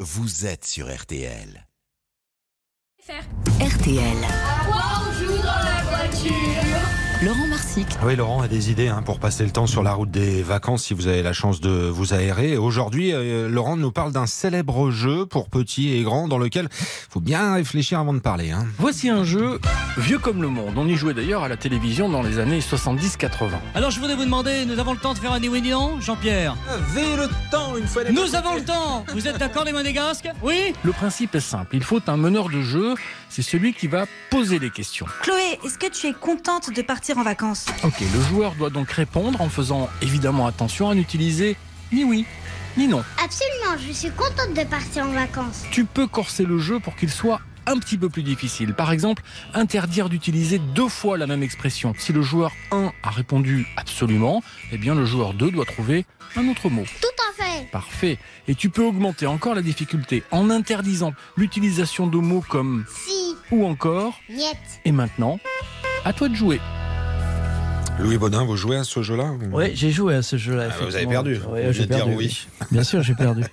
vous êtes sur RTL. RTL. Laurent Ah Oui, Laurent a des idées hein, pour passer le temps sur la route des vacances si vous avez la chance de vous aérer. Et Aujourd'hui, euh, Laurent nous parle d'un célèbre jeu pour petits et grands dans lequel faut bien réfléchir avant de parler. hein. Voici un jeu vieux comme le monde. On y jouait d'ailleurs à la télévision dans les années 70-80. Alors je voudrais vous demander, nous avons le temps de faire un oui ou non, Jean-Pierre Avez le temps une fois n'est Nous pas avons le temps Vous êtes d'accord les monégasques Oui Le principe est simple, il faut un meneur de jeu, c'est celui qui va poser les questions. Chloé, est-ce que tu es contente de partir en vacances Ok, le joueur doit donc répondre en faisant évidemment attention à n'utiliser ni oui ni non. Absolument, je suis contente de partir en vacances. Tu peux corser le jeu pour qu'il soit un petit peu plus difficile. Par exemple, interdire d'utiliser deux fois la même expression. Si le joueur 1 a répondu absolument, eh bien le joueur 2 doit trouver un autre mot. Tout à fait. Parfait. Et tu peux augmenter encore la difficulté en interdisant l'utilisation de mots comme Si, ou encore niette. et maintenant. À toi de jouer. Louis Baudin, vous jouez à ce jeu-là Oui, j'ai joué à ce jeu-là. Ah, bah, vous avez effectivement. perdu. Ouais, Vous venez j'ai de dire perdu. oui. Bien sûr, j'ai perdu.